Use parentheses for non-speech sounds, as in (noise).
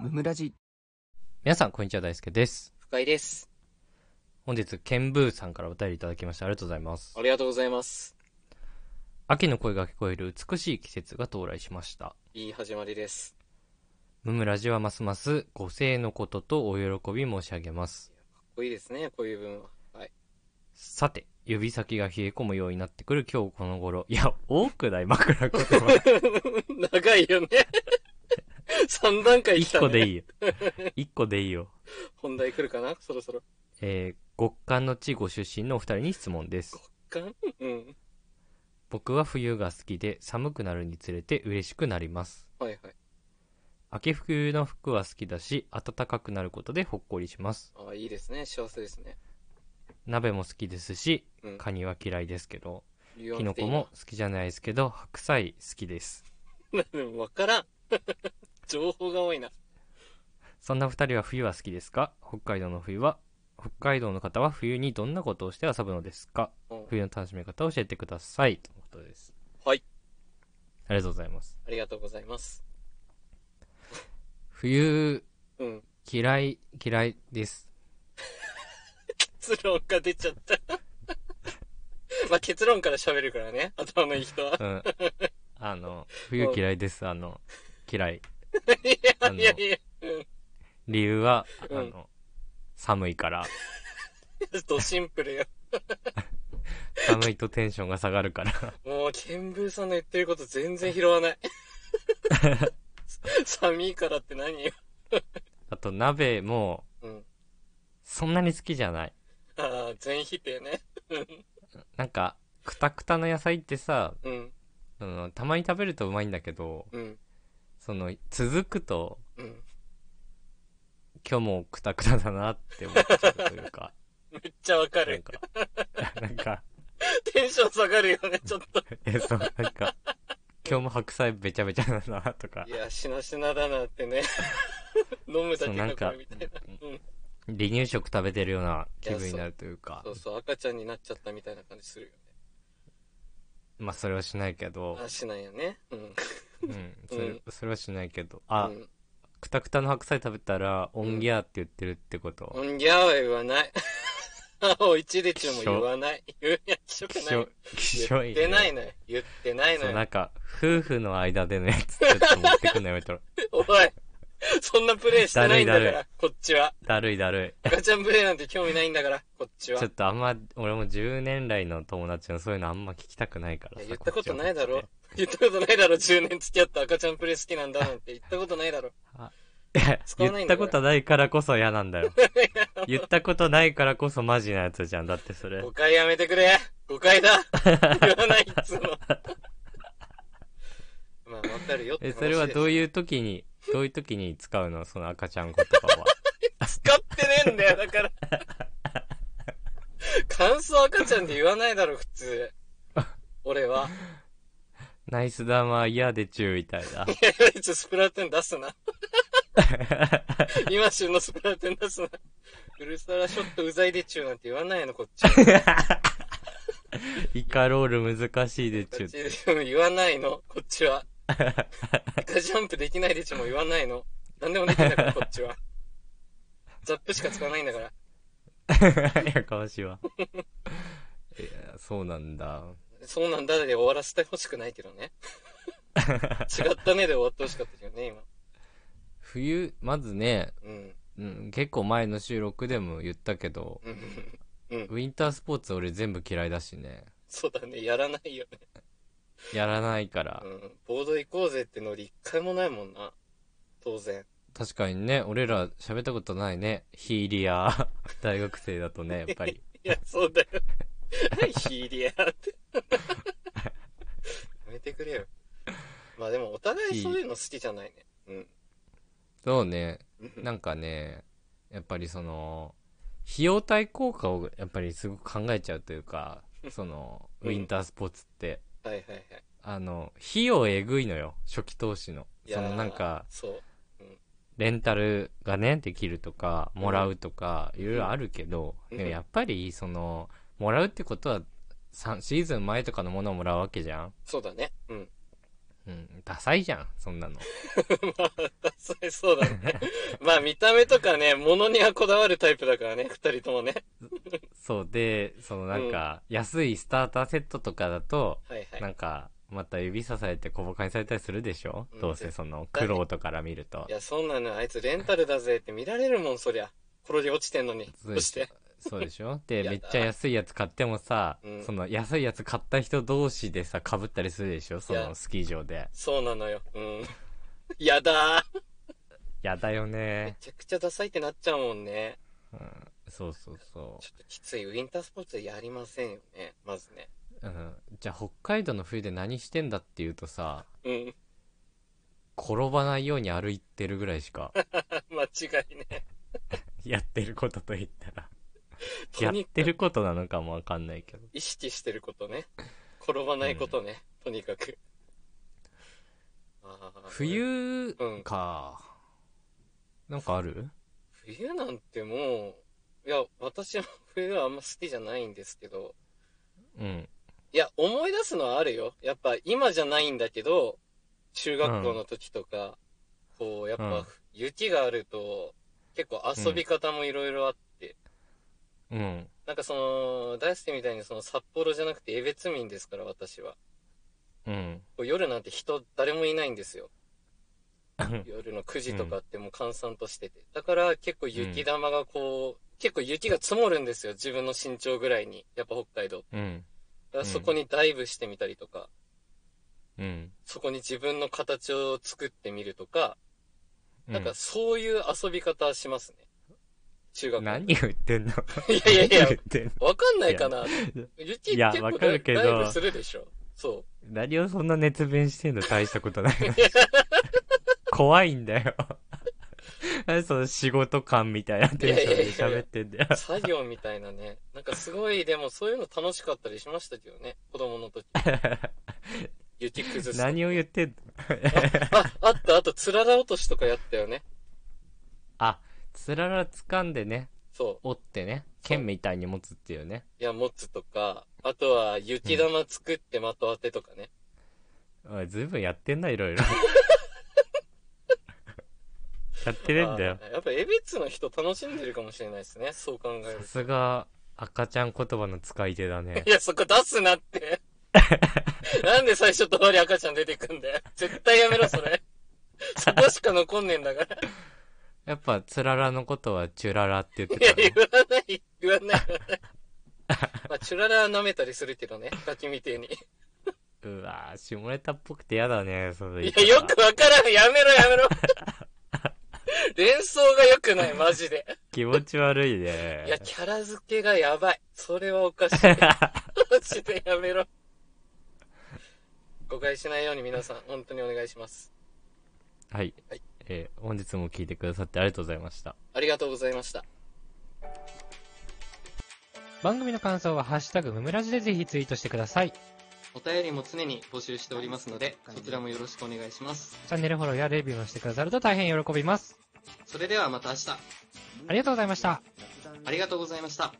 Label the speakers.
Speaker 1: ムムラジ
Speaker 2: 皆さん、こんにちは、大輔です。
Speaker 3: 深井です。
Speaker 2: 本日、ケンブーさんからお便りいただきましてありがとうございます
Speaker 3: あ。りがとうございます。
Speaker 2: 秋の声が聞こえる美しい季節が到来しました。
Speaker 3: いい始まりです。
Speaker 2: ムムラジはますますご声のこととお喜び申し上げます。
Speaker 3: かっこいいですね、こういう文は。はい。 (laughs)
Speaker 2: さて、指先が冷え込むようになってくる今日この頃。いや、多くない枕言葉。
Speaker 3: 長いよね。3段 (laughs) 階来
Speaker 2: 一
Speaker 3: た、ね。
Speaker 2: 個でいいよ。一個でいいよ。
Speaker 3: 本題来るかなそろそろ。
Speaker 2: えー、極寒の地ご出身のお二人に質問です。
Speaker 3: かんうん。
Speaker 2: 僕は冬が好きで寒くなるにつれて嬉しくなります。
Speaker 3: はいはい。
Speaker 2: 秋冬の服は好きだし、暖かくなることでほっこりします。
Speaker 3: あいいですね。幸せですね。
Speaker 2: 鍋も好きですし、
Speaker 3: うん。
Speaker 2: カニは嫌いですけど、
Speaker 3: 理由は
Speaker 2: キノコも好きじゃないですけど、白菜好きです。
Speaker 3: なくていいな。 (laughs) でもわからん。 (laughs) 情報が多いな。
Speaker 2: そんな二人は冬は好きですか北海道の冬は北海道の方は冬にどんなことをして遊ぶのですか
Speaker 3: うん
Speaker 2: 冬の楽しみ方を教えてください。とのことです。
Speaker 3: はい。
Speaker 2: ありがとうございます。
Speaker 3: ありがとうございます。
Speaker 2: 冬、
Speaker 3: うん。
Speaker 2: 嫌い、嫌いです。
Speaker 3: 結論が出ちゃった。 (laughs) まあ、結論から喋るからね。頭のいい人は。
Speaker 2: うん。あ
Speaker 3: (laughs)
Speaker 2: の、冬嫌いです。あの、嫌い。
Speaker 3: いや (laughs) いやいや。うん
Speaker 2: 理由は、あ
Speaker 3: うん
Speaker 2: の、寒いから。
Speaker 3: ドシンプルよ。
Speaker 2: 寒いとテンションが下がるから。 (laughs)
Speaker 3: もう、ケンブーさんの言ってること全然拾わない。 (laughs) 寒いからって何よ。
Speaker 2: あと、鍋も、
Speaker 3: うん。
Speaker 2: そんなに好きじゃない。
Speaker 3: ああ、全否定ね。
Speaker 2: なんか、くたくたの野菜ってさ、
Speaker 3: うん、
Speaker 2: そのたまに食べるとうまいんだけど、
Speaker 3: うん、
Speaker 2: その、続くと、
Speaker 3: うん。
Speaker 2: 今日もくたくただなって思っちゃうという
Speaker 3: (laughs)
Speaker 2: か、
Speaker 3: めっちゃわか
Speaker 2: なん
Speaker 3: る。
Speaker 2: か、なんか、
Speaker 3: テンション下がるよね、ちょっと。
Speaker 2: え、そう、なんか、今日も白菜べちゃべちゃだなとか
Speaker 3: い、や、しなしなだなってね。 (laughs) 飲むだけだからみたいな。うん。
Speaker 2: 離乳食食べてるような気分になるというか
Speaker 3: そ、うそう、赤ちゃんになっちゃったみたいな感じするよね。
Speaker 2: まあそれはしないけど、
Speaker 3: あ、しないよね。うん。
Speaker 2: うん、それ
Speaker 3: うん
Speaker 2: それはしないけど、あ
Speaker 3: う、ん。
Speaker 2: くたくたの白菜食べたら、オンギャーって言ってるってこと、
Speaker 3: うんぎゃーは言わない。 (laughs) 青一でちも言わない。言うやつ
Speaker 2: き
Speaker 3: く
Speaker 2: し
Speaker 3: ない
Speaker 2: ょ。、きし
Speaker 3: 言
Speaker 2: ょ
Speaker 3: っ
Speaker 2: いね。
Speaker 3: てないのよ。言ってないの
Speaker 2: そう、
Speaker 3: よ
Speaker 2: な。んか、夫婦の間でのやつちょっと持ってくのやめとろ。 (laughs)
Speaker 3: おい、そんなプレイしてないんだか
Speaker 2: だるいだ
Speaker 3: ら、こっちは。
Speaker 2: だるいだる
Speaker 3: ガチャンプレイなんて興味ないんだから、こっち
Speaker 2: い。
Speaker 3: は。
Speaker 2: ちょっとあんま、俺も10年来の友達のそういうのあんま聞きたくないから
Speaker 3: い
Speaker 2: さ
Speaker 3: や言ったことないだ。
Speaker 2: こ
Speaker 3: ろ
Speaker 2: っちはこっちで。
Speaker 3: 言ったことないだろ、10年付き合った赤ちゃんプレイ好きなんだなんて言ったことないだろ。
Speaker 2: いや
Speaker 3: 使わな
Speaker 2: 言
Speaker 3: い
Speaker 2: っ
Speaker 3: んだ
Speaker 2: た
Speaker 3: から
Speaker 2: ことないからこそ嫌なんだよ。言ったことないからこそマジなやつじゃん。だってそれ
Speaker 3: 誤。解やめてくれ誤解だ
Speaker 2: (laughs)
Speaker 3: 言わない、いつも。まあ、わかるよって
Speaker 2: え、
Speaker 3: 話です。
Speaker 2: それはどう
Speaker 3: う
Speaker 2: いう時に、どういう時に使うのその赤ちゃん言葉
Speaker 3: (laughs)
Speaker 2: は。
Speaker 3: 使ってねえんだよ、だから。
Speaker 2: (laughs)
Speaker 3: 感想赤ちゃんで言わないだろ、普通。俺は。
Speaker 2: ナイスダーマー嫌でちゅうみたいな。
Speaker 3: いやいやちょスプラトゥーン出
Speaker 2: (laughs)
Speaker 3: すな。今旬のスプラトゥーン出すな。ウルサラショットうざいでちゅうなんて言わないの、こっちは。
Speaker 2: イカロール難しいで (laughs) ちゅう。
Speaker 3: 言わないの、こっちは。イカジャンプできないでちゅうも言わないの。なんでもできんだから、こっちは。ザップしか使わないんだから。
Speaker 2: やかましいわ。いや、そうなんだ。
Speaker 3: そうなんだで終わらせてほしくないけどね。違ったねで終わってほしかったけどね、今。
Speaker 2: 冬、まずね、
Speaker 3: うん。
Speaker 2: うん、結構前の収録でも言ったけど、
Speaker 3: うん
Speaker 2: ウィンタースポーツ俺全部嫌いだしね。
Speaker 3: そうだね、やらないよね。
Speaker 2: やらないから
Speaker 3: う。ん。ボード行こうぜってノリ一回もないもんな。当然。
Speaker 2: 確かにね、俺ら喋ったことないね。ヒーリアー。大学生だとね、やっぱり。
Speaker 3: いや、そ
Speaker 2: (laughs)
Speaker 3: うだよ。ヒーリアーって。やめてくれよ。まあでも、お互いそういうの好きじゃないね。
Speaker 2: そうね、
Speaker 3: うん。
Speaker 2: なんかね、やっぱりその、費用対効果をやっぱりすごく考えちゃうというか、その、ウィンタースポーツって、
Speaker 3: はいはいはい。
Speaker 2: あの、費用えぐいのよ、初期投資の。
Speaker 3: いや
Speaker 2: そ
Speaker 3: ー
Speaker 2: のなんか、
Speaker 3: そう。
Speaker 2: レンタルがね、できるとか、もらうとか、いろいろあるけど、
Speaker 3: うん
Speaker 2: でもやっぱり、その、もらうってことは、さんシーズン前とかのものをもらうわけじゃん (laughs)
Speaker 3: そうだね。うん。
Speaker 2: うん、ダサいじゃん、そんなの。
Speaker 3: まあ、ダサいそうだね。 (laughs) まあ、見た目とかね、物にはこだわるタイプだからね、二人ともね。
Speaker 2: そうで、そのなんか、安いスターターセットとかだと、
Speaker 3: はいは。
Speaker 2: ないんか、また指さされて小馬鹿にされたりするでしょ、
Speaker 3: うん
Speaker 2: どうせその、苦労とから見ると
Speaker 3: い。や、そんなの、あいつレンタルだぜって見られるもん、そりゃ。転げ落ちてんのに。
Speaker 2: そう
Speaker 3: そ
Speaker 2: で
Speaker 3: し。
Speaker 2: してそうでしょで、
Speaker 3: やだ
Speaker 2: めっちゃ安いやつ買ってもさ、
Speaker 3: うん
Speaker 2: その安いやつ買った人同士でさ、被ったりするでしょそ
Speaker 3: いや
Speaker 2: のスキー場で。
Speaker 3: そうなのよ。うん。やだー。
Speaker 2: やだよ
Speaker 3: め
Speaker 2: ね。
Speaker 3: ちゃくちゃダサいってなっちゃうもんね。
Speaker 2: うん、そうそうそ
Speaker 3: ちょっときつい。ウィンタースポーツはやりませんよね。まずね。
Speaker 2: う。うん。じゃあ北海道の冬で何してんだっていうとさ、
Speaker 3: うん。
Speaker 2: 転ばないように歩いてるぐらいし
Speaker 3: (laughs)
Speaker 2: か、
Speaker 3: (laughs) 間違いね。
Speaker 2: やってることと言った
Speaker 3: (laughs)
Speaker 2: ら、
Speaker 3: と
Speaker 2: やっ
Speaker 3: に
Speaker 2: てることなのかもわかんないけど。
Speaker 3: 意識してることね。転ばないことね。とにかく。あー
Speaker 2: 冬
Speaker 3: うん
Speaker 2: か、なんかある
Speaker 3: 冬なんてもう、いや、私は冬はあんま好きじゃないんですけど、
Speaker 2: うん。
Speaker 3: いや、思い出すのはあるよ。やっぱ今じゃないんだけど、中学校の時とか、こう、やっ
Speaker 2: う
Speaker 3: ぱ
Speaker 2: ん
Speaker 3: 雪があると、結構遊び方もいろいろあって、
Speaker 2: うん。
Speaker 3: なんかその、大輔みたいにその札幌じゃなくて江別民ですから、私は。
Speaker 2: うん。
Speaker 3: こう夜なんて人誰もいないんですよ。夜の9時とかってもう閑散としてて。だから結構雪玉がこう、結構雪が積もるんですよ。自分の身長ぐらいに。やっぱ北海道。
Speaker 2: うん。
Speaker 3: だからそこにダイブしてみたりとか、
Speaker 2: うん。
Speaker 3: そこに自分の形を作ってみるとか、
Speaker 2: う
Speaker 3: なんかそういう遊び方はしますね。中学校。 (laughs)
Speaker 2: 何言ってんの
Speaker 3: いやいやいや
Speaker 2: 何言ってんの
Speaker 3: わかんないかな雪
Speaker 2: いや
Speaker 3: 結構
Speaker 2: わかるけど
Speaker 3: ダイブするでしょ。そ
Speaker 2: (laughs) 何をそんな熱弁してんの大したことない (laughs) の怖いんだよ。 (laughs) 何その仕事感みたいなテンションで喋ってんだよ (laughs)
Speaker 3: う。。作業みたいなね。なんかすごい、でもそういうの楽しかったりしましたけどね。子供
Speaker 2: (laughs)
Speaker 3: の時。雪崩すとか。
Speaker 2: 何を言ってんの
Speaker 3: あ、あった、あと、つらら落としとかやったよね。
Speaker 2: あ、つらら掴んでね、
Speaker 3: そう。
Speaker 2: 折ってね、剣みたいに持つっていうね。
Speaker 3: いや、持つとか、あとは、雪玉作って的当てとかね。
Speaker 2: おい、ずいぶんやってんな、いろいろ。 (laughs) やってるんだよ。
Speaker 3: あーやっぱ、エビツの人楽しんでるかもしれないですね。そう考える
Speaker 2: さすが、赤ちゃん言葉の使い手だね
Speaker 3: と。い。や、そこ出す
Speaker 2: (laughs)
Speaker 3: なって。なんで最初と通り赤ちゃん出てくんだよ。絶対やめろ、それ。そこしか残んねえんだから。
Speaker 2: やっぱ、つららのことは、チュララって言って
Speaker 3: いや、
Speaker 2: た、
Speaker 3: (laughs) 言
Speaker 2: ね。
Speaker 3: わない、言わない、
Speaker 2: (laughs)
Speaker 3: 言わない。まあ、チュララ舐めたりするけどね。ガキみて
Speaker 2: (laughs)
Speaker 3: えに。
Speaker 2: うわぁ、下ネタっぽくてやだね、その言
Speaker 3: い
Speaker 2: い方
Speaker 3: や、よくわからん。やめろ、や
Speaker 2: (laughs)
Speaker 3: めろ。連想が良くない、マジ
Speaker 2: (laughs)
Speaker 3: で。
Speaker 2: 気持ち悪いね。
Speaker 3: いや、キャラ付けがやばい。それは
Speaker 2: (laughs)
Speaker 3: おかしい。マジでやめろ。誤解しないように皆さん、本当にお願いします。
Speaker 2: はい
Speaker 3: はい。
Speaker 2: えー本日も聞いてくださってありがとうございました。
Speaker 3: ありがとうございました。
Speaker 2: 番組の感想は、ハッシュタグ、ムムラジでぜひツイートしてください。チ
Speaker 3: お便りも常に募集しておりますので、そちらもよろしくお願いします。
Speaker 2: ャンネルフォローやレビューもしてくださると大変喜びます。
Speaker 3: それではまた明日、
Speaker 2: ありがとうございました。
Speaker 3: ありがとうございました。